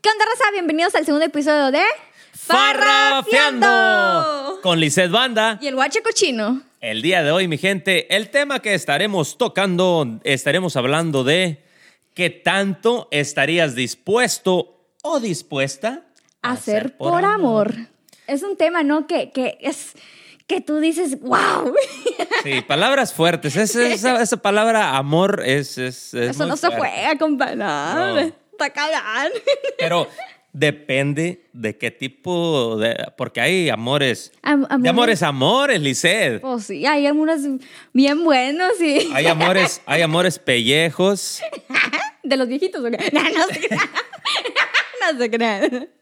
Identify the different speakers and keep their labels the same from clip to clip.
Speaker 1: ¿Qué onda, raza? Bienvenidos al segundo episodio de
Speaker 2: Farrafiando con Lizeth Banda.
Speaker 1: Y el guache cochino.
Speaker 2: El día de hoy, mi gente, el tema que estaremos tocando, estaremos hablando de qué tanto estarías dispuesto o dispuesta
Speaker 1: a hacer por, amor. Es un tema, ¿no? Que, que es que tú dices, wow.
Speaker 2: Sí, palabras fuertes. Es- es- esa, esa palabra amor es... es- es
Speaker 1: Eso
Speaker 2: muy
Speaker 1: no se
Speaker 2: fuerte.
Speaker 1: juega, compa. No.
Speaker 2: No.
Speaker 1: Está cabrón.
Speaker 2: Pero depende de qué tipo de... Porque hay amores...
Speaker 1: Am-
Speaker 2: De
Speaker 1: amores.
Speaker 2: amores, a amores, Lizeth.
Speaker 1: Pues sí, hay algunos bien buenos y
Speaker 2: Hay amores, hay amores pellejos.
Speaker 1: de los viejitos. ¿o qué? No, no se crean. no se crean.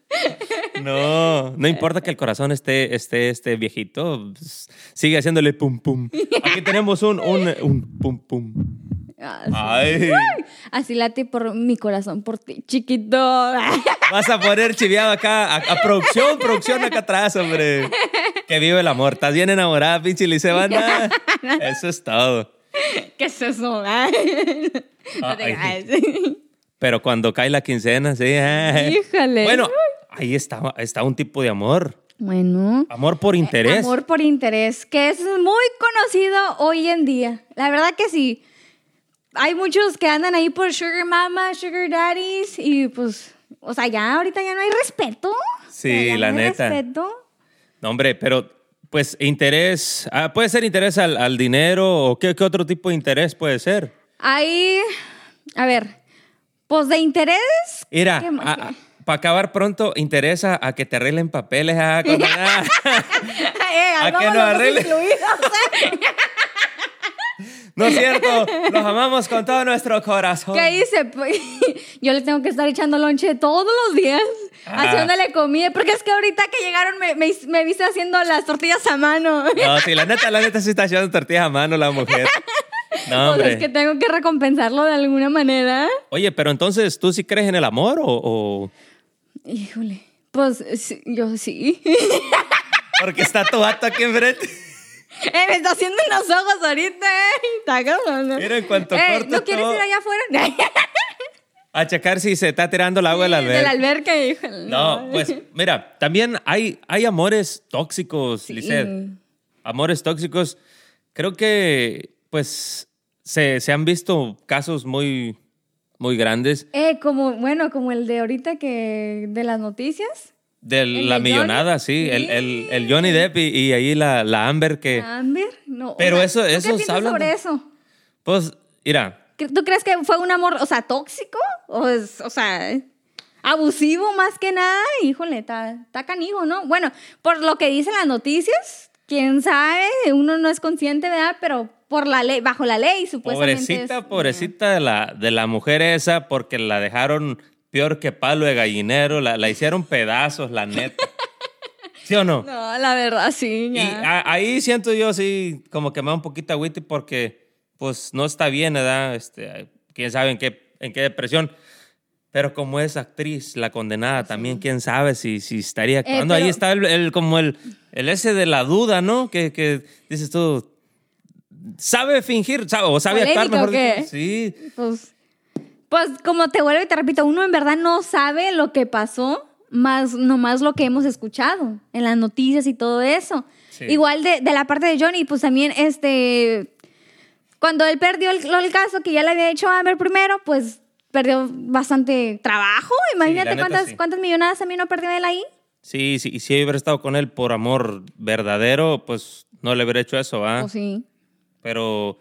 Speaker 2: No,
Speaker 1: Eh.
Speaker 2: no importa que el corazón esté, esté, esté viejito, pues, sigue haciéndole pum pum. Aquí tenemos un, un, un pum pum.
Speaker 1: Ah,
Speaker 2: Ay,
Speaker 1: Así late por mi corazón, por ti, chiquito.
Speaker 2: vas a poner chiviado acá, a, a producción, producción acá atrás, hombre. Que vive el amor. Estás bien enamorada, pinche Licebana. Eso es todo.
Speaker 1: ¿Qué es eso?
Speaker 2: Ah,
Speaker 1: Ay, no te creas.
Speaker 2: Ay. Pero cuando cae la quincena, sí. ay.
Speaker 1: Híjole.
Speaker 2: Bueno, ahí está, está un tipo de amor.
Speaker 1: Bueno.
Speaker 2: Amor por interés.
Speaker 1: Eh, Amor por interés, que es muy conocido hoy en día. La verdad que sí. Hay muchos que andan ahí por sugar mama, sugar daddies y pues, o sea, ya ahorita ya no hay respeto.
Speaker 2: Sí,
Speaker 1: O sea, ya no
Speaker 2: la
Speaker 1: hay
Speaker 2: neta.
Speaker 1: respeto.
Speaker 2: No, hombre, pero pues interés, ah, puede ser interés al, al dinero o qué, qué otro tipo de interés puede ser.
Speaker 1: Hay, a ver, pues de interés.
Speaker 2: Mira,
Speaker 1: ¿Qué ma-
Speaker 2: para acabar pronto, interesa a que te arreglen papeles. ah, con- ah.
Speaker 1: eh,
Speaker 2: ¿A qué
Speaker 1: hagamos los
Speaker 2: no
Speaker 1: dos
Speaker 2: arregle?
Speaker 1: incluidos, eh.
Speaker 2: no es cierto, los amamos con todo nuestro corazón.
Speaker 1: ¿Qué hice? Pues, Yo le tengo que estar echando lonche todos los días,
Speaker 2: Ah.
Speaker 1: haciéndole comida, porque es que ahorita que llegaron me, me, me viste haciendo las tortillas a mano.
Speaker 2: No, sí, la neta, la neta sí está haciendo tortillas a mano la mujer. No,
Speaker 1: Pues
Speaker 2: hombre.
Speaker 1: es que tengo que recompensarlo de alguna manera.
Speaker 2: Oye, pero entonces, ¿tú sí crees en el amor o...? o-
Speaker 1: Híjole. Pues sí, yo sí.
Speaker 2: Porque está tu vato aquí enfrente.
Speaker 1: Eh, me está haciendo unos ojos ahorita. eh. Está cabrón.
Speaker 2: Mira, en cuanto
Speaker 1: Eh,
Speaker 2: corta
Speaker 1: ¿No quieres
Speaker 2: todo-
Speaker 1: ir allá afuera?
Speaker 2: A checar si se está tirando el agua de la
Speaker 1: De la
Speaker 2: alberca.
Speaker 1: alberca, híjole.
Speaker 2: No, pues mira, también hay, hay amores tóxicos, Lisset. Amores tóxicos. Creo que, pues, se, se han visto casos muy, muy grandes
Speaker 1: Eh, como, bueno, como el de ahorita que de las noticias.
Speaker 2: de
Speaker 1: de
Speaker 2: la millonada,
Speaker 1: Johnny?
Speaker 2: sí. El, el- el Johnny Depp y, y ahí la, la Amber que,
Speaker 1: Amber, no.
Speaker 2: Pero
Speaker 1: o sea,
Speaker 2: eso-
Speaker 1: ¿tú
Speaker 2: eso
Speaker 1: ¿Qué piensas
Speaker 2: hablan
Speaker 1: sobre
Speaker 2: de-
Speaker 1: eso?
Speaker 2: pues, mira,
Speaker 1: ¿Cre- ¿Tú crees que fue un amor, o sea, tóxico? O, es- o sea, abusivo más que nada. Híjole, está está canijo, ¿no? Bueno, por lo que dicen las noticias, quién sabe, uno no es consciente, ¿verdad? Pero por la ley, bajo la ley, supuestamente.
Speaker 2: pobrecita,
Speaker 1: Pues es-
Speaker 2: pobrecita de la, de la mujer esa porque la dejaron peor que palo de gallinero, la, la hicieron pedazos, la neta. ¿Sí o no?
Speaker 1: No, la verdad, sí.
Speaker 2: Y
Speaker 1: ya.
Speaker 2: a- ahí siento yo, sí, como que me da un poquito agüite porque, pues, no está bien, ¿verdad? Este, quién sabe en qué, en qué depresión. Pero como es actriz, la condenada también, quién sabe si, si estaría actuando.
Speaker 1: Eh, pero-
Speaker 2: ahí está el, el- como el, el ese de la duda, ¿no? Que, que dices tú, sabe fingir, sabe, o sabe actuar
Speaker 1: ¿Polémica o
Speaker 2: mejor.
Speaker 1: qué?
Speaker 2: dicho. Sí,
Speaker 1: Pues, pues como te vuelvo y te repito, uno en verdad no sabe lo que pasó, más nomás lo que hemos escuchado en las noticias y todo eso.
Speaker 2: Sí.
Speaker 1: Igual de, de la parte de Johnny, pues también este, cuando él perdió el, el caso que ya le había hecho Amber primero, pues perdió bastante trabajo. Imagínate
Speaker 2: la neta,
Speaker 1: cuántas,
Speaker 2: sí.
Speaker 1: cuántas millonadas también no perdió él ahí.
Speaker 2: sí, sí. Y si hubiera estado con él por amor verdadero, pues no le hubiera hecho eso, ¿ah?
Speaker 1: Pues sí.
Speaker 2: Pero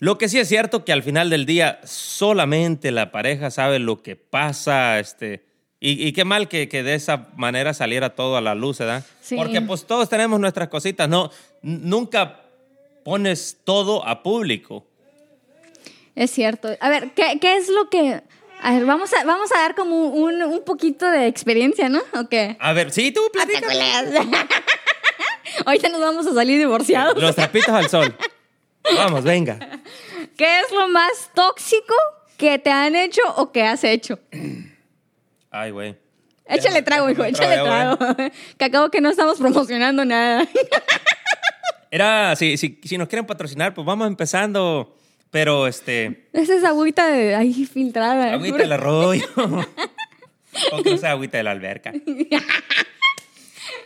Speaker 2: lo que sí es cierto que al final del día solamente la pareja sabe lo que pasa, este. Y, y qué mal que, que de esa manera saliera todo a la luz, ¿verdad?
Speaker 1: Sí.
Speaker 2: Porque pues todos tenemos nuestras cositas, no, N- nunca pones todo a público.
Speaker 1: Es cierto. A ver, ¿qué, qué es lo que... A ver, vamos a, vamos a dar como un, un poquito de experiencia, ¿no? ¿O qué?
Speaker 2: A ver, sí, tú platica.
Speaker 1: Ahorita nos vamos a salir divorciados.
Speaker 2: Los trapitos al sol. Vamos, venga.
Speaker 1: ¿Qué es lo más tóxico que te han hecho o que has hecho?
Speaker 2: Ay, güey.
Speaker 1: Échale trago, hijo,
Speaker 2: déjame
Speaker 1: échale trago.
Speaker 2: trago,
Speaker 1: Que acabo que no estamos promocionando nada.
Speaker 2: Era, si, si, si nos quieren patrocinar, pues vamos empezando. Pero, este,
Speaker 1: Esa es agüita de ahí filtrada.
Speaker 2: agüita el arroyo. O que usa agüita de la alberca.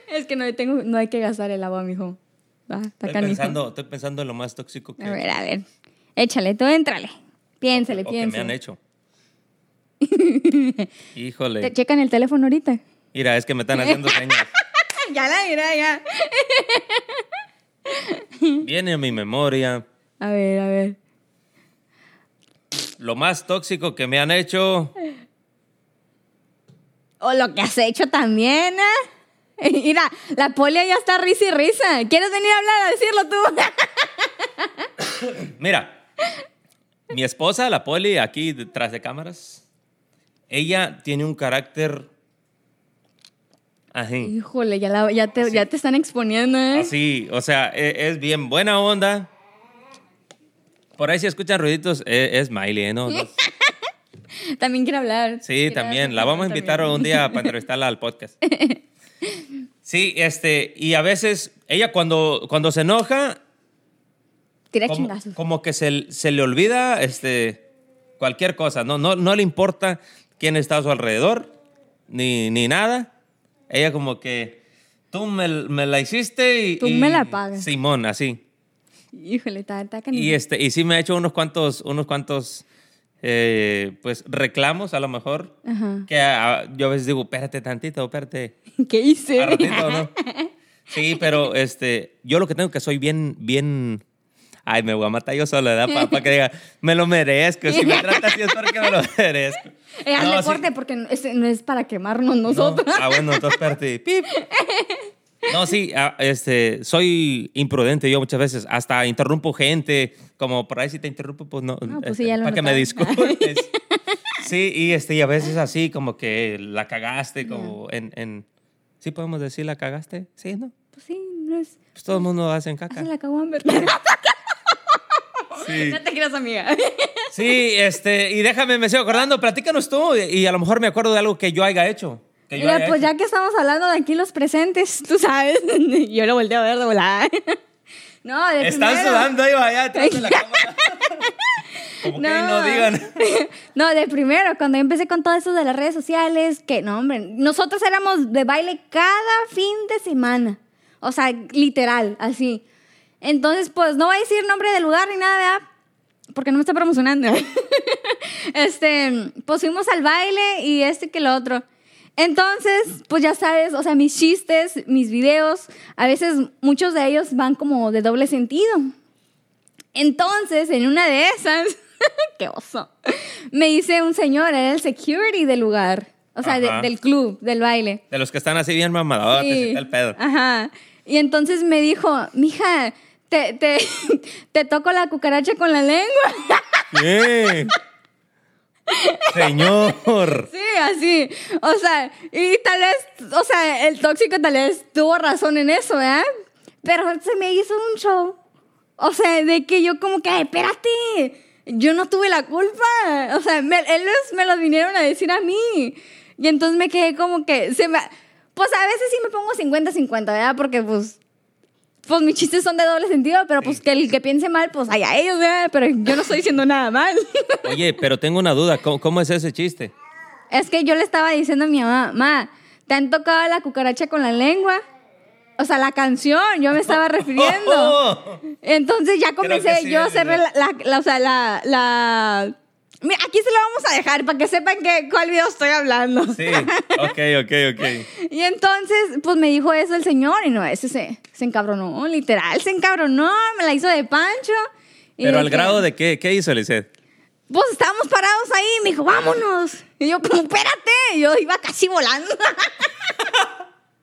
Speaker 1: Es que no, hay- tengo, no hay que gastar el agua, mijo. Va, está
Speaker 2: Estoy
Speaker 1: canijo.
Speaker 2: pensando, estoy pensando en lo más tóxico que,
Speaker 1: A ver, a ver. Échale, tú éntrale. Piénsele,
Speaker 2: o que me han
Speaker 1: piénsele.
Speaker 2: hecho.
Speaker 1: Te
Speaker 2: Híjole.
Speaker 1: checan el teléfono ahorita.
Speaker 2: Mira, es que me están haciendo señas.
Speaker 1: Ya la mira, ya.
Speaker 2: Viene a mi memoria.
Speaker 1: A ver, a ver.
Speaker 2: Lo más tóxico que me han hecho.
Speaker 1: O lo que has hecho también, ¿eh? Mira, la polia ya está risa y risa. ¿Quieres venir a hablar a decirlo tú?
Speaker 2: Mira, mi esposa, la Poli, aquí detrás de cámaras, ella tiene un carácter así,
Speaker 1: Híjole, ya, la- ya, te, ya te están exponiendo, ¿eh?
Speaker 2: así, o sea, e- es, bien buena onda. Por ahí si escuchan ruiditos, e- es, Miley, ¿eh? ¿no? no-
Speaker 1: También quiero hablar.
Speaker 2: Sí,
Speaker 1: Quiero
Speaker 2: también.
Speaker 1: hablar
Speaker 2: La vamos a
Speaker 1: también.
Speaker 2: invitar un día para entrevistarla al podcast. Sí, este, y a veces ella cuando, cuando se enoja,
Speaker 1: Tira
Speaker 2: como,
Speaker 1: chingazos.
Speaker 2: como que se, se le olvida este, cualquier cosa, ¿no? No, no le importa quién está a su alrededor, ni, ni nada. Ella como que, tú me, me la hiciste y...
Speaker 1: Tú
Speaker 2: y-
Speaker 1: me la pagas.
Speaker 2: Simón, así.
Speaker 1: Híjole, está, está canijo.
Speaker 2: Y, este, y sí me ha hecho unos cuantos, unos cuantos eh, pues, reclamos a lo mejor,
Speaker 1: Ajá.
Speaker 2: que ah, yo a veces digo, espérate tantito, espérate.
Speaker 1: ¿Qué hice?
Speaker 2: Al ratito, ¿no? Sí, pero este, yo lo que tengo que soy bien, bien. Ay, me voy a matar yo sola, ¿verdad? Para que diga, me lo merezco. Si me trata así es porque me lo merezco.
Speaker 1: Eh, hazle
Speaker 2: No, sí.
Speaker 1: corte porque no es, no es para quemarnos
Speaker 2: No.
Speaker 1: nosotros.
Speaker 2: Ah, bueno, entonces espérate. Pip. No, sí, ah, este, soy imprudente yo muchas veces. Hasta interrumpo gente. Como por ahí si te interrumpo, pues no.
Speaker 1: No, pues
Speaker 2: este,
Speaker 1: sí, ya lo
Speaker 2: Para que me
Speaker 1: notaron.
Speaker 2: disculpes. Sí, y, este, y a veces así, como que la cagaste, como en, en... ¿Sí podemos decir la cagaste? Sí, ¿no?
Speaker 1: Pues sí, no es.
Speaker 2: Pues todo el mundo hace
Speaker 1: Hace
Speaker 2: caca.
Speaker 1: Ah, la caguamber. No
Speaker 2: Sí.
Speaker 1: te creas, amiga.
Speaker 2: Sí, este, y déjame, me sigo acordando, platícanos tú y a lo mejor me acuerdo de algo que yo haya hecho. que yo
Speaker 1: Mira,
Speaker 2: haya
Speaker 1: pues
Speaker 2: hecho.
Speaker 1: ya que estamos hablando de aquí los presentes, tú sabes. Yo lo volteo a ver de volada. No, de
Speaker 2: Están
Speaker 1: primero.
Speaker 2: sudando ahí, allá atrás de la cámara. Como que no digan.
Speaker 1: No, de primero, cuando yo empecé con todo eso de las redes sociales, que no, hombre, nosotros éramos de baile cada fin de semana. O sea, literal, así. Entonces, pues no voy a decir nombre del lugar ni nada, ¿verdad? Porque no me está promocionando. este, pues fuimos al baile y este que lo otro. Entonces, pues ya sabes, o sea, mis chistes, mis videos, a veces muchos de ellos van como de doble sentido. Entonces, en una de esas, qué oso, me dice un señor, era el security del lugar, o sea, de-
Speaker 2: Ajá. Ah,
Speaker 1: del club, del baile.
Speaker 2: De los que están así bien mamadotes
Speaker 1: Sí. Ah.
Speaker 2: y tal pedo.
Speaker 1: Ajá. Y entonces me dijo, mija, te, te, te toco la cucaracha con la lengua.
Speaker 2: Sí. Señor.
Speaker 1: Sí, así. O sea, y tal vez, o sea, el tóxico tal vez tuvo razón en eso, ¿eh? Pero se me hizo un show. O sea, de que yo como que, "Ay, espérate, yo no tuve la culpa. O sea, me, ellos me lo vinieron a decir a mí. Y entonces me quedé como que, se me, pues a veces sí me pongo 50-50, ¿verdad? Porque pues... Pues mis chistes son de doble sentido, pero pues que el que piense mal, pues allá ellos, ¿verdad? Pero yo no estoy diciendo nada mal.
Speaker 2: Oye, pero tengo una duda. ¿Cómo, cómo es ese chiste?
Speaker 1: Es que yo le estaba diciendo a mi mamá, ma, ¿te han tocado la cucaracha con la lengua? O sea, la canción, yo me estaba refiriendo.
Speaker 2: Oh,
Speaker 1: Entonces ya comencé
Speaker 2: Creo que sí,
Speaker 1: yo a
Speaker 2: es
Speaker 1: hacerle la,
Speaker 2: verdad.
Speaker 1: la- la- o sea, la, la- Mira, aquí se lo vamos a dejar para que sepan que, cuál video estoy hablando.
Speaker 2: Sí. Ok, ok, ok.
Speaker 1: Y entonces, pues me dijo eso el señor y no, ese se, se encabronó, literal, se encabronó, me la hizo de pancho. y de
Speaker 2: Pero al
Speaker 1: que-
Speaker 2: grado de qué, ¿qué hizo Lizeth?
Speaker 1: Pues estábamos parados ahí, me dijo, vámonos. Y yo, como, espérate, yo iba casi volando.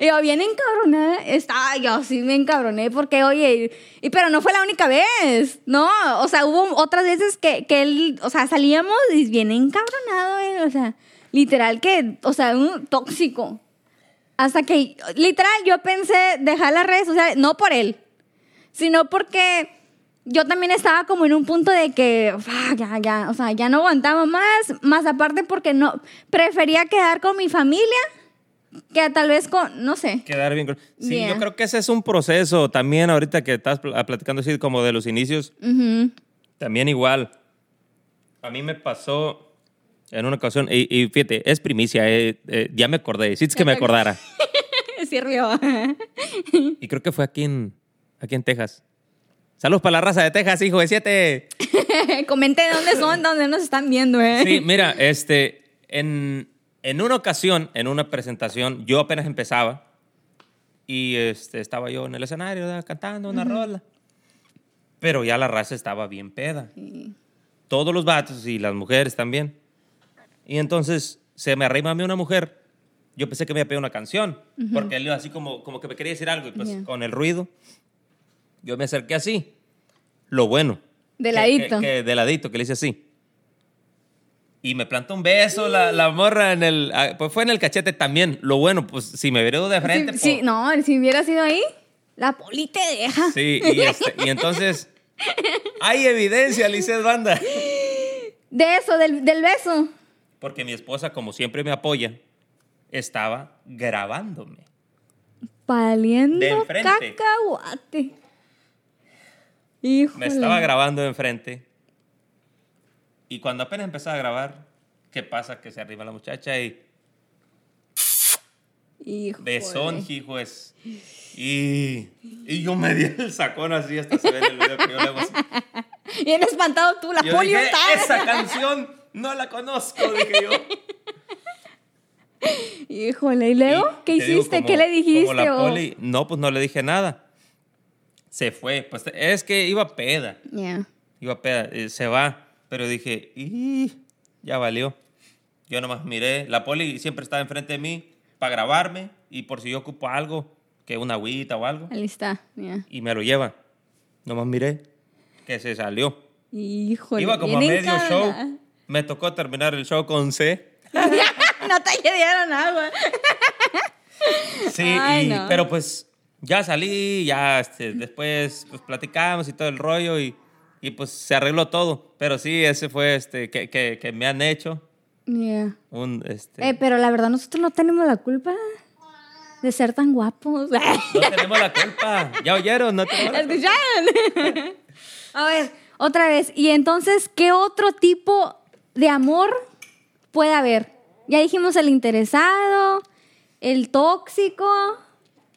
Speaker 1: y yo, bien encabronada, estaba yo, sí me encabroné, porque, oye, y, pero no fue la única vez, ¿no? O sea, hubo otras veces que, que él, o sea, salíamos y bien encabronado, él, o sea, literal que, o sea, un tóxico. Hasta que, literal, yo pensé dejar las redes sociales, no por él, sino porque yo también estaba como en un punto de que ah, ya, ya, o sea, ya no aguantaba más, más aparte porque no, prefería quedar con mi familia que tal vez con, no sé.
Speaker 2: Quedar bien. con- Sí,
Speaker 1: Yeah.
Speaker 2: yo creo que ese es un proceso también ahorita que estás pl- ah, platicando así como de los inicios.
Speaker 1: Ujú.
Speaker 2: También igual. A mí me pasó En una ocasión, y, y fíjate, es primicia, eh, eh, ya me acordé, hiciste que me acordara.
Speaker 1: Sirvió.
Speaker 2: Y creo que fue aquí en, aquí en Texas. Saludos para la raza de Texas, hijo de siete.
Speaker 1: Comenté dónde son, dónde nos están viendo, ¿eh?
Speaker 2: Sí, mira, este, en, en una ocasión, en una presentación, yo apenas empezaba y este, estaba yo en el escenario ¿verdad? cantando una rola. Pero ya la raza estaba bien peda. Todos los vatos y las mujeres también. Y entonces se me arrima a mí una mujer. Yo pensé que me iba a pedir una canción, porque él iba así como, como que me quería decir algo, y pues
Speaker 1: Ya.
Speaker 2: con el ruido. Yo me acerqué así. Lo bueno.
Speaker 1: De
Speaker 2: que-
Speaker 1: ladito.
Speaker 2: que- que de ladito, que le hice así. Y me plantó un beso la, la morra en el... ah, Pues fue en el cachete también. Lo bueno, pues si me veo de frente...
Speaker 1: Sí,
Speaker 2: pues,
Speaker 1: sí, no, si hubiera sido ahí, la poli te deja.
Speaker 2: sí, y, este- y entonces... Hay evidencia, Lizeth Banda.
Speaker 1: De eso, del, del beso.
Speaker 2: Porque mi esposa, como siempre me apoya, estaba grabándome. De
Speaker 1: Paliendo
Speaker 2: enfrente.
Speaker 1: cacahuate. Híjole.
Speaker 2: Me estaba grabando de enfrente. Y cuando apenas empezaba a grabar, ¿qué pasa? Que se arriba la muchacha y...
Speaker 1: Híjole.
Speaker 2: Besón, hijo es. pues. Y, y yo me di el sacón así hasta se ve en el video que yo le hago así.
Speaker 1: Bien espantado tú, la
Speaker 2: Yo
Speaker 1: poli
Speaker 2: dije,
Speaker 1: está.
Speaker 2: esa canción no la conozco, dije yo.
Speaker 1: Híjole, ¿y luego?
Speaker 2: Y
Speaker 1: ¿Qué
Speaker 2: te digo,
Speaker 1: hiciste?
Speaker 2: como-
Speaker 1: ¿Qué le dijiste?
Speaker 2: como la
Speaker 1: o-
Speaker 2: poli, no, pues no le dije nada. Se fue. Pues es que iba peda.
Speaker 1: Ya.
Speaker 2: Iba peda. eh, se va. Pero dije, "Ih, ya valió. Yo nomás miré. La poli siempre estaba enfrente de mí para grabarme y por si yo ocupo algo, que una agüita o algo.
Speaker 1: Ahí está. ya.
Speaker 2: y me lo lleva. Nomás miré que se salió.
Speaker 1: Híjole.
Speaker 2: Iba como a
Speaker 1: bien
Speaker 2: medio
Speaker 1: encadenada.
Speaker 2: show. Me tocó terminar el show con C.
Speaker 1: no te dieron agua.
Speaker 2: Sí,
Speaker 1: Ay,
Speaker 2: y-
Speaker 1: no.
Speaker 2: pero pues ya salí, ya este, después pues, platicamos y todo el rollo y, y, pues se arregló todo. Pero sí, ese fue este que, que- que me han hecho
Speaker 1: Ya.
Speaker 2: un... Este,
Speaker 1: Eh, pero la verdad, nosotros no tenemos la culpa de ser tan guapos.
Speaker 2: no tenemos la culpa. ¿Ya oyeron? No tenemos la culpa.
Speaker 1: ¿Escucharon? A ver, otra vez. Y entonces, ¿qué otro tipo de amor puede haber? Ya dijimos el interesado, el tóxico.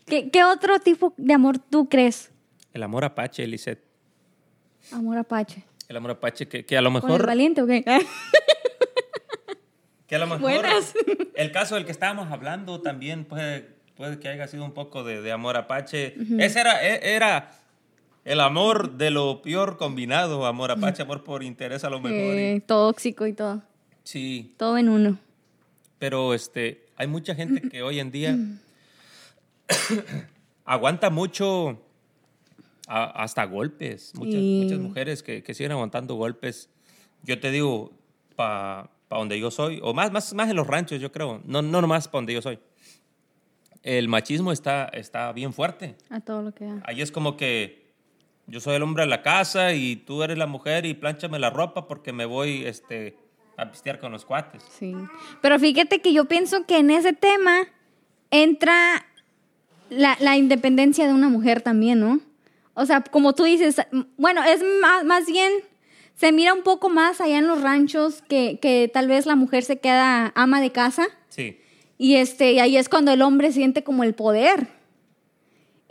Speaker 1: ¿Qué, qué otro tipo de amor tú crees?
Speaker 2: El amor apache, Lisette.
Speaker 1: Amor apache.
Speaker 2: El amor apache que, que a lo
Speaker 1: ¿Con el
Speaker 2: mejor...
Speaker 1: valiente o qué?
Speaker 2: Que a lo mejor
Speaker 1: Buenas.
Speaker 2: el caso del que estábamos hablando también puede, puede que haya sido un poco de, de amor apache. Ese era, e- era el amor de lo peor combinado, amor apache, amor por interés a lo mejor. y-
Speaker 1: Eh, tóxico y todo.
Speaker 2: sí,
Speaker 1: Todo en uno.
Speaker 2: pero este, hay mucha gente que hoy en día aguanta mucho a- hasta golpes. Muchas,
Speaker 1: Sí.
Speaker 2: muchas mujeres que, que siguen aguantando golpes. Yo te digo, para donde yo soy, o más, más, más en los ranchos, yo creo, no, no nomás para donde yo soy. El machismo está, está bien fuerte.
Speaker 1: A todo lo que da.
Speaker 2: Ahí es como que yo soy el hombre de la casa y tú eres la mujer y plánchame la ropa porque me voy este, a pistear con los cuates.
Speaker 1: Sí. Pero fíjate que yo pienso que en ese tema entra la, la independencia de una mujer también, ¿no? O sea, como tú dices, m- bueno, es más, más bien, se mira un poco más allá en los ranchos que, que tal vez la mujer se queda ama de casa
Speaker 2: Sí.
Speaker 1: y, este, y ahí es cuando el hombre siente como el poder.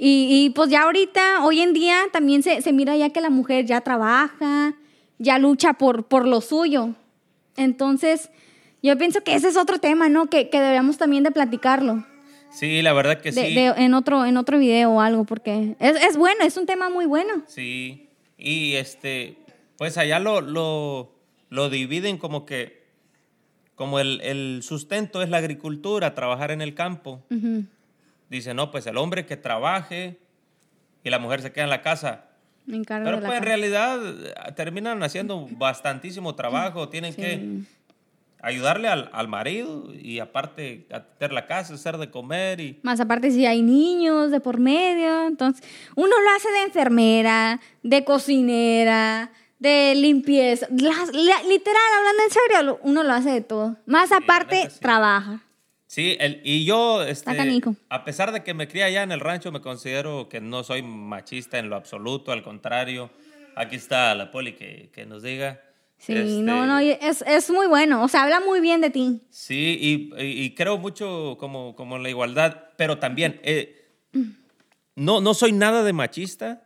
Speaker 1: Y, y, pues ya ahorita, hoy en día, también se, se mira ya que la mujer ya trabaja, ya lucha por, por lo suyo. Entonces, yo pienso que ese es otro tema, ¿no? Que, que deberíamos también de platicarlo
Speaker 2: Sí, la verdad que
Speaker 1: de-
Speaker 2: sí.
Speaker 1: de- en, otro, en otro video o algo, porque es, es bueno, es un tema muy bueno.
Speaker 2: Sí. Y este, pues allá lo, lo, lo dividen como que, como el, el sustento es la agricultura, trabajar en el campo.
Speaker 1: Ujú.
Speaker 2: Dice, no, pues el hombre que trabaje y la mujer se queda en la casa.
Speaker 1: Me encargo
Speaker 2: Pero
Speaker 1: de la
Speaker 2: pues en
Speaker 1: casa.
Speaker 2: realidad eh, terminan haciendo bastantísimo trabajo, tienen que ayudarle al, al marido y aparte atender la casa, hacer de comer y...
Speaker 1: Más aparte si hay niños de por medio, entonces uno lo hace de enfermera, de cocinera, de limpieza, las- la- literal, hablando en serio, lo- uno lo hace de todo. Más
Speaker 2: la
Speaker 1: aparte,
Speaker 2: neta sí.
Speaker 1: trabaja.
Speaker 2: Sí, el- y yo, este,
Speaker 1: canijo.
Speaker 2: a pesar de que me cría allá en el rancho, me considero que no soy machista en lo absoluto, al contrario. Aquí está la poli que, que nos diga
Speaker 1: Sí,
Speaker 2: Este-
Speaker 1: no, no, y es, es muy bueno. O sea, habla muy bien de ti.
Speaker 2: Sí, y, y- y creo mucho como, como en la igualdad, pero también, eh, no, no soy nada de machista,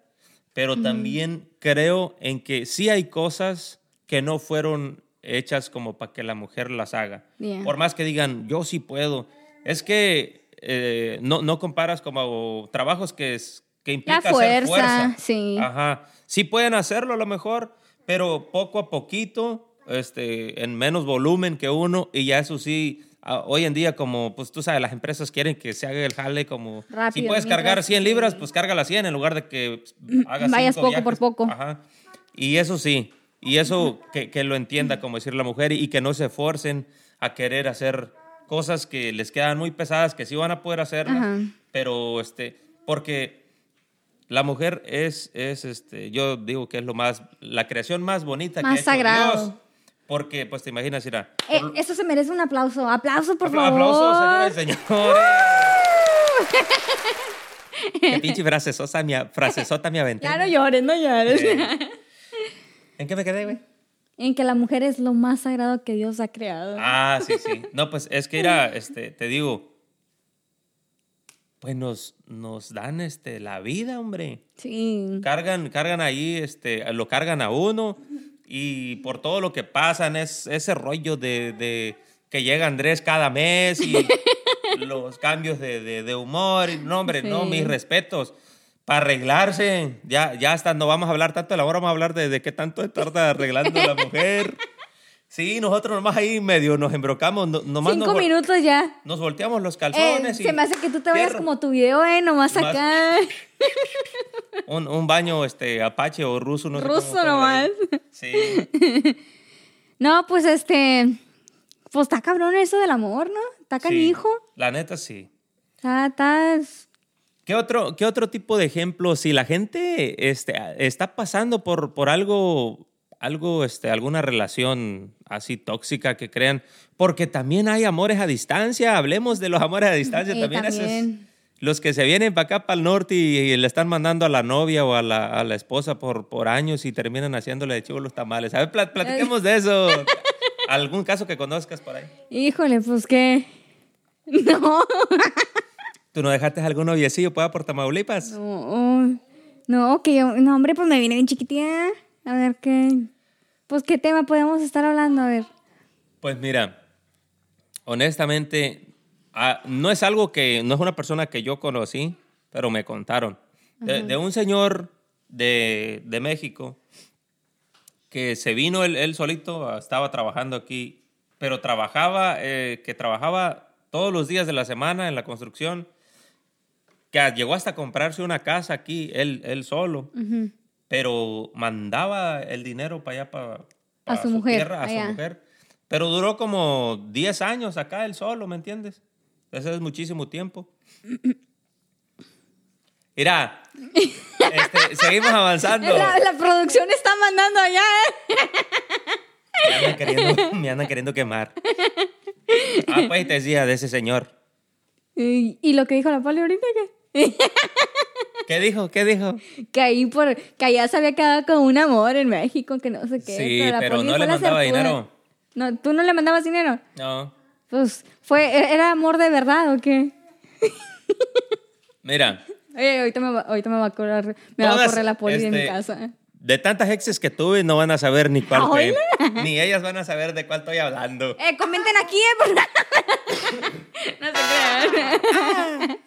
Speaker 2: pero también creo en que sí hay cosas que no fueron hechas como para que la mujer las haga.
Speaker 1: Yeah.
Speaker 2: Por más que digan, yo sí puedo. Es que eh, no, no comparas como trabajos que, es, que implica hacer
Speaker 1: fuerza,
Speaker 2: fuerza.
Speaker 1: sí.
Speaker 2: Ajá. Sí pueden hacerlo a lo mejor, pero poco a poquito, este, en menos volumen que uno, y ya eso sí, a- hoy en día como, pues tú sabes, las empresas quieren que se haga el jale como... si
Speaker 1: Rápido,
Speaker 2: puedes cargar
Speaker 1: mientras-
Speaker 2: 100 libras, pues carga las 100 en lugar de que pues, hagas
Speaker 1: Vayas
Speaker 2: cinco
Speaker 1: poco por
Speaker 2: viajes.
Speaker 1: poco.
Speaker 2: Ajá. Y eso sí, y eso que, que lo entienda, como decir la mujer, y que no se forcen a querer hacer cosas que les quedan muy pesadas, que sí van a poder hacerlas,
Speaker 1: Ajá.
Speaker 2: pero este, porque la mujer es, es este, yo digo que es lo más, la creación más bonita
Speaker 1: Más
Speaker 2: que ha hecho
Speaker 1: sagrado.
Speaker 2: Dios, porque pues te imaginas, mira,
Speaker 1: Eh, eso se merece un aplauso. Aplauso, por
Speaker 2: apla-
Speaker 1: favor.
Speaker 2: aplausos, señoras y señores. Qué pinche frasesota mi, frasesota mi
Speaker 1: Ya
Speaker 2: aventura.
Speaker 1: no llores, no llores.
Speaker 2: ¿En qué me quedé, güey?
Speaker 1: En que la mujer es lo más sagrado que Dios ha creado.
Speaker 2: Ah, sí, sí. No, pues es que era, este, te digo, pues nos, nos dan este, la vida, hombre.
Speaker 1: Sí.
Speaker 2: Cargan, cargan ahí, este, lo cargan a uno y por todo lo que pasan es ese rollo de, de que llega Andrés cada mes y los cambios de, de- de humor. y No, hombre, no,
Speaker 1: Sí.
Speaker 2: mis respetos. Para arreglarse, ya, ya hasta no vamos a hablar tanto de la hora, vamos a hablar de, de qué tanto tarda arreglando la mujer. Sí, nosotros nomás ahí medio nos embrocamos, no- nomás nos,
Speaker 1: Cinco
Speaker 2: vol-
Speaker 1: minutos ya.
Speaker 2: nos volteamos los
Speaker 1: Eh,
Speaker 2: calzones. y
Speaker 1: se me hace que tú te vayas
Speaker 2: fierro.
Speaker 1: como tu video, eh, nomás
Speaker 2: Más-
Speaker 1: acá.
Speaker 2: Un, un baño este, apache o ruso, no sé cómo-
Speaker 1: Ruso
Speaker 2: cómo le
Speaker 1: nomás.
Speaker 2: dicen. Sí.
Speaker 1: No, pues este. Pues está cabrón eso del amor, ¿no? Está
Speaker 2: sí.
Speaker 1: canijo.
Speaker 2: La neta, sí.
Speaker 1: Está, está-
Speaker 2: ¿Qué otro, qué otro tipo de ejemplo? Si la gente este, a- está pasando por, por algo, algo este, alguna relación así tóxica que crean, porque también hay amores a distancia, hablemos de los amores a distancia,
Speaker 1: Eh,
Speaker 2: también, esos-
Speaker 1: también.
Speaker 2: los que se vienen para acá, para el norte, y, y le están mandando a la novia o a la, a la esposa por, por años y terminan haciéndole de chivo los tamales. A ver, pla- platiquemos de eso. ¿Algún caso que conozcas por ahí?
Speaker 1: Híjole, pues qué. No.
Speaker 2: ¿Tú no dejaste algún noviecillo pues, por, por Tamaulipas?
Speaker 1: No, no, que yo, no, hombre, pues me vine bien chiquitita. A ver qué. Pues qué tema podemos estar hablando, a ver.
Speaker 2: Pues mira, honestamente, ah, no es algo que, no es una persona que yo conocí, pero me contaron. De, de un señor de, de México que se vino él, él solito, ah, estaba trabajando aquí, pero trabajaba, eh, que trabajaba todos los días de la semana en la construcción, que ah, llegó hasta comprarse una casa aquí, él, él solo, pero mandaba el dinero para allá, para,
Speaker 1: A
Speaker 2: para
Speaker 1: su mujer,
Speaker 2: tierra, a su
Speaker 1: allá.
Speaker 2: mujer. Pero duró como 10 años acá él solo, ¿me entiendes? Eso es muchísimo tiempo. Mira, este, seguimos avanzando.
Speaker 1: La, la producción está mandando allá. ¿eh?
Speaker 2: Me andan queriendo, me andan queriendo quemar. Ah, pues te decía de ese señor.
Speaker 1: Y, y lo que dijo la poli ahorita, que,
Speaker 2: ¿Qué dijo? ¿Qué dijo?
Speaker 1: que ahí por, que allá se había quedado con un amor en México, que no sé qué.
Speaker 2: Sí,
Speaker 1: la
Speaker 2: pero
Speaker 1: Poli
Speaker 2: no
Speaker 1: fue
Speaker 2: le
Speaker 1: la
Speaker 2: mandaba
Speaker 1: certuda.
Speaker 2: dinero.
Speaker 1: No, tú no le mandabas dinero.
Speaker 2: No.
Speaker 1: Pues fue, era amor de verdad o qué?
Speaker 2: Mira,
Speaker 1: Oye, ahorita me va, ahorita me va a correr, me va a
Speaker 2: Todas,
Speaker 1: correr la poli de mi
Speaker 2: este,
Speaker 1: casa.
Speaker 2: de tantas exes que tuve, no van a saber ni cuál fue.
Speaker 1: Hola.
Speaker 2: Ni ellas van a saber de cuál estoy hablando.
Speaker 1: Eh, comenten aquí, eh, por- No se crean.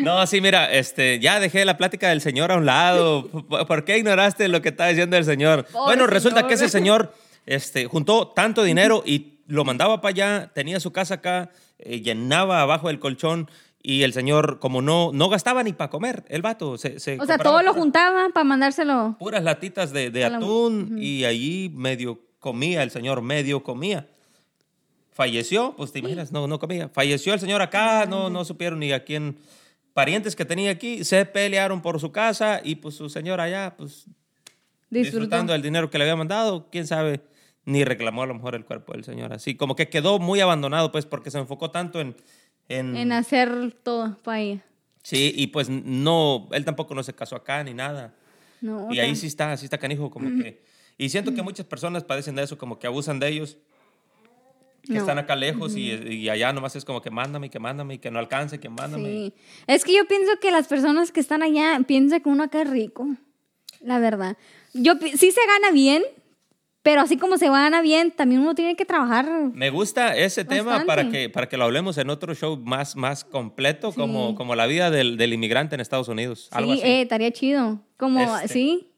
Speaker 2: No, sí, mira, este, ya dejé la plática del señor a un lado. ¿Por por qué ignoraste lo que estaba diciendo el señor?
Speaker 1: Pobre
Speaker 2: bueno, resulta
Speaker 1: señor.
Speaker 2: que ese señor este, juntó tanto dinero y lo mandaba para allá, tenía su casa acá, eh, llenaba abajo del colchón y el señor, como no, no gastaba ni para comer, el vato. Se, se
Speaker 1: O sea,
Speaker 2: compraba
Speaker 1: todo lo
Speaker 2: puras-
Speaker 1: juntaba para mandárselo.
Speaker 2: Puras latitas de, de
Speaker 1: A la-
Speaker 2: atún y allí medio comía, el señor medio comía. Falleció, pues te imaginas, no, no comía. Falleció el señor acá, no, no supieron ni a quién. Parientes que tenía aquí se pelearon por su casa y pues su señor allá, pues disfrutando
Speaker 1: Disfrutando.
Speaker 2: del dinero que le había mandado, quién sabe, ni reclamó a lo mejor el cuerpo del señor. Así como que quedó muy abandonado, pues porque se enfocó tanto en. en,
Speaker 1: En hacer todo para ella.
Speaker 2: sí, y pues no, él tampoco no se casó acá ni nada.
Speaker 1: No,
Speaker 2: Y ahí sí está, sí está canijo, como que. Y siento que muchas personas padecen de eso, como que abusan de ellos, que
Speaker 1: No.
Speaker 2: están acá lejos y, y allá nomás es como que mándame, que mándame, y que no alcance, que mándame.
Speaker 1: Sí. Es que yo pienso que las personas que están allá piensan que uno acá es rico. La verdad. Yo pi- sí se gana bien, pero así como se gana bien, también uno tiene que trabajar.
Speaker 2: Me gusta ese tema
Speaker 1: Bastante.
Speaker 2: para que, para que lo hablemos en otro show más, más completo, como,
Speaker 1: Sí.
Speaker 2: como la vida del, del inmigrante en Estados Unidos. algo
Speaker 1: Sí,
Speaker 2: así.
Speaker 1: eh, estaría chido. Como,
Speaker 2: Este.
Speaker 1: sí.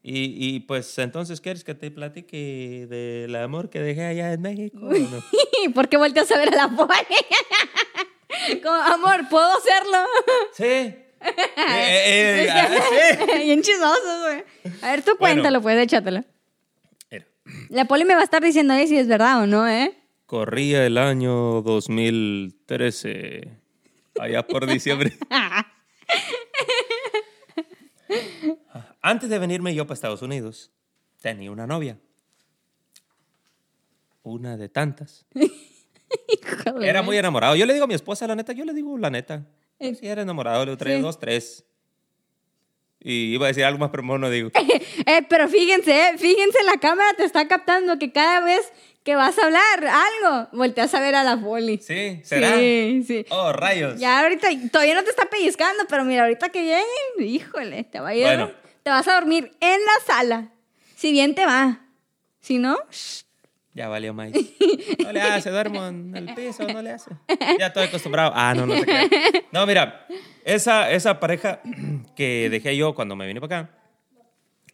Speaker 2: Y, y, pues entonces, ¿quieres que te platique del amor que dejé allá en México? o no?
Speaker 1: ¿Por qué volteas a ver a la pobre? como, amor, ¿puedo hacerlo?
Speaker 2: Sí. Eh, eh, eh, ah, sí.
Speaker 1: Bien chismoso, güey. A ver, tú cuéntalo, pues, échatelo.
Speaker 2: Mira,
Speaker 1: La poli me va a estar diciendo ahí si es verdad o no, ¿eh?
Speaker 2: corría el año 2013, allá por diciembre. Antes de venirme yo para Estados Unidos, tenía una novia. Una de tantas.
Speaker 1: Híjole.
Speaker 2: Era muy enamorado. Yo le digo a mi esposa, la neta, yo le digo la neta. Yo sí era enamorado, le digo, tres,
Speaker 1: Eh, Sí.
Speaker 2: dos, tres. Y iba a decir algo más, pero mejor no digo.
Speaker 1: Eh, pero fíjense, eh, fíjense, la cámara te está captando que cada vez que vas a hablar algo, volteas a ver a la poli.
Speaker 2: Sí, ¿será?
Speaker 1: Sí, sí.
Speaker 2: Oh, rayos.
Speaker 1: Ya ahorita, todavía no te está pellizcando, pero mira, ahorita que lleguen, híjole, te va a ir-
Speaker 2: Bueno.
Speaker 1: te vas a dormir en la sala. Si bien te va. Si no, shh,
Speaker 2: Ya valió más. No le hace, duermo en el piso, no le hace. Ya estoy acostumbrado. Ah, no, no se crea. No, mira, esa, esa pareja que dejé yo cuando me vine para acá,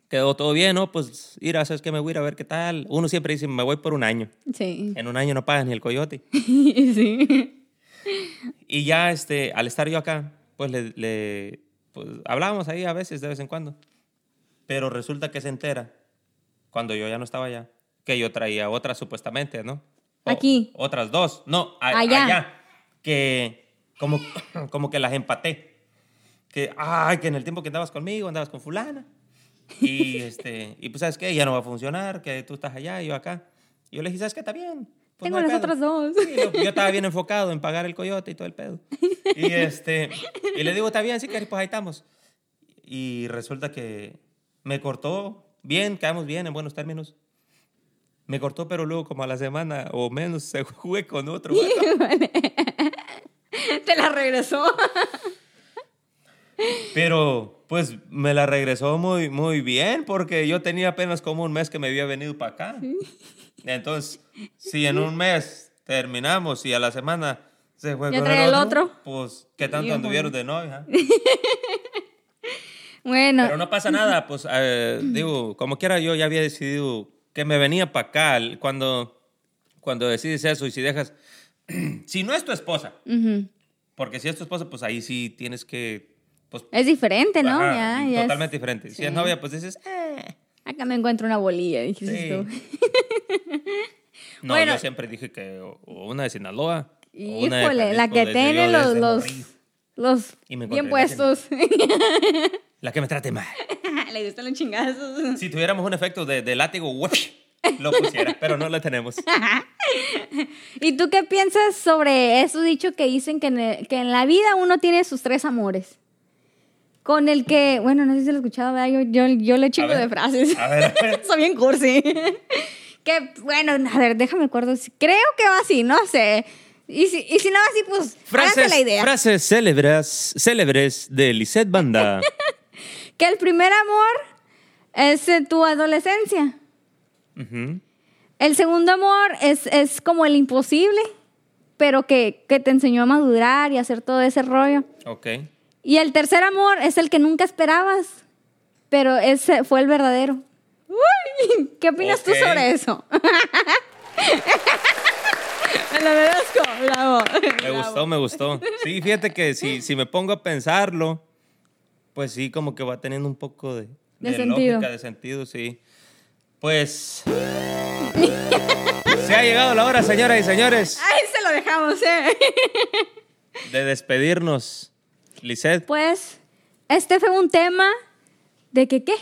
Speaker 2: quedó todo bien, ¿no? Pues ir a, ¿sabes qué? Me voy a ir a ver qué tal. Uno siempre dice, me voy por un año.
Speaker 1: sí.
Speaker 2: En un año no pagas ni el coyote. Pues
Speaker 1: sí.
Speaker 2: Y ya, este, al estar yo acá, pues le, le- pues, hablábamos ahí a veces, de vez en cuando. Pero resulta que se entera, cuando yo ya no estaba allá, que yo traía otras supuestamente, ¿no?
Speaker 1: Aquí.
Speaker 2: Otras dos, no, a- allá.
Speaker 1: Allá.
Speaker 2: Que como, como que las empaté. Que, ay, que en el tiempo que andabas conmigo, andabas con fulana. Y, este, y pues, ¿sabes qué? Ya no va a funcionar, que tú estás allá y yo acá. Y yo le dije, ¿sabes qué? Está bien. Pues,
Speaker 1: Tengo
Speaker 2: no hay
Speaker 1: las
Speaker 2: pedo".
Speaker 1: otras dos.
Speaker 2: Sí, yo, yo estaba bien enfocado en pagar el coyote y todo el pedo. Y, este, y le digo, está bien, sí, que pues ahí estamos. Y resulta que me cortó bien, quedamos bien, en buenos términos. Me cortó, pero luego como a la semana o menos se jugué con otro. vato.
Speaker 1: Te la regresó.
Speaker 2: Pero pues me la regresó muy, muy bien porque yo tenía apenas como un mes que me había venido para acá. Entonces, si en un mes terminamos y a la semana se fue
Speaker 1: Ya
Speaker 2: con
Speaker 1: trae
Speaker 2: el
Speaker 1: el
Speaker 2: otro,
Speaker 1: otro.
Speaker 2: pues qué tanto
Speaker 1: Híjole.
Speaker 2: anduvieron de novia.
Speaker 1: Bueno,
Speaker 2: Pero no pasa nada, pues eh, digo, como quiera yo ya había decidido que me venía para acá El- cuando, cuando decides eso y si dejas, si no es tu esposa,
Speaker 1: ujú.
Speaker 2: porque si es tu esposa, pues ahí sí tienes que, pues,
Speaker 1: es diferente, ¿no?
Speaker 2: ajá,
Speaker 1: Ya- ya es-
Speaker 2: totalmente diferente. Si es
Speaker 1: sí.
Speaker 2: novia, pues dices, eh,
Speaker 1: Acá me encuentro una bolilla, dijiste
Speaker 2: sí.
Speaker 1: tú.
Speaker 2: No,
Speaker 1: Bueno.
Speaker 2: yo siempre dije que o- o una de Sinaloa. o una de
Speaker 1: Híjole, la
Speaker 2: Jalisco,
Speaker 1: que
Speaker 2: desde
Speaker 1: tiene
Speaker 2: yo,
Speaker 1: los,
Speaker 2: desde
Speaker 1: los,
Speaker 2: morrillo.
Speaker 1: los
Speaker 2: Y me
Speaker 1: bien
Speaker 2: encontré la
Speaker 1: puestos.
Speaker 2: La que me trate mal.
Speaker 1: Le gustan los chingazos.
Speaker 2: Si tuviéramos un efecto de, de látigo, lo pusiera, pero no lo tenemos.
Speaker 1: ¿Y tú qué piensas sobre eso dicho que dicen que en, el- que en la vida uno tiene sus tres amores? Con el que, bueno, no sé si lo he escuchado, ¿verdad? yo, yo, yo le chingo
Speaker 2: ver,
Speaker 1: de frases.
Speaker 2: a ver, a ver.
Speaker 1: Soy bien cursi. que, bueno, a ver, déjame acuerdo. si- Creo que va así, no sé. Y si, y si no va así, pues, háganse
Speaker 2: Frases,
Speaker 1: la idea.
Speaker 2: frases célebres, célebres de Lisette Banda.
Speaker 1: Que el primer amor es eh, tu adolescencia.
Speaker 2: Ujú.
Speaker 1: El segundo amor es, es como el imposible, pero que, que te enseñó a madurar y a hacer todo ese rollo.
Speaker 2: Ok.
Speaker 1: Y el tercer amor es el que nunca esperabas, pero ese fue el verdadero. Uy, ¿Qué opinas
Speaker 2: Ok.
Speaker 1: tú sobre eso? Me lo merezco, bravo.
Speaker 2: Me gustó, me gustó. Sí, fíjate que si, si me pongo a pensarlo, pues sí, como que va teniendo un poco de,
Speaker 1: De sentido.
Speaker 2: lógica, de sentido, sí. Pues. Se ha llegado la hora, señoras y señores,
Speaker 1: Ahí se lo dejamos, ¿eh?
Speaker 2: de despedirnos. Lisette,
Speaker 1: Pues, este fue un tema de que qué.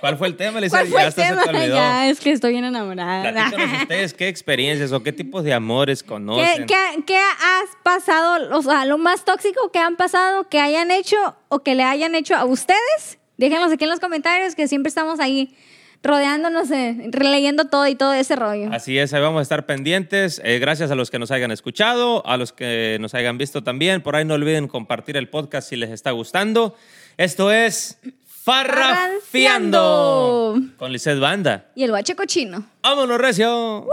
Speaker 2: ¿cuál fue el tema,
Speaker 1: ¿Cuál
Speaker 2: Lisette?
Speaker 1: fue
Speaker 2: Ya
Speaker 1: el
Speaker 2: hasta se te
Speaker 1: tema?
Speaker 2: olvidó.
Speaker 1: Ya, es que estoy bien enamorada.
Speaker 2: Platícanos ustedes qué experiencias o qué tipos de amores
Speaker 1: ¿Qué,
Speaker 2: conocen.
Speaker 1: qué- qué has pasado? O sea, lo más tóxico que han pasado, que hayan hecho o que le hayan hecho a ustedes. Déjenlos aquí en los comentarios que siempre estamos ahí rodeándonos, de- leyendo todo y todo ese rollo.
Speaker 2: Así es, ahí vamos a estar pendientes. Eh, gracias a los que nos hayan escuchado, a los que nos hayan visto también. Por ahí no olviden compartir el podcast si les está gustando. Esto es Farrafiando
Speaker 1: Farrafiando.
Speaker 2: con Lizeth Banda.
Speaker 1: Y el guache cochino.
Speaker 2: ¡Vámonos, Recio!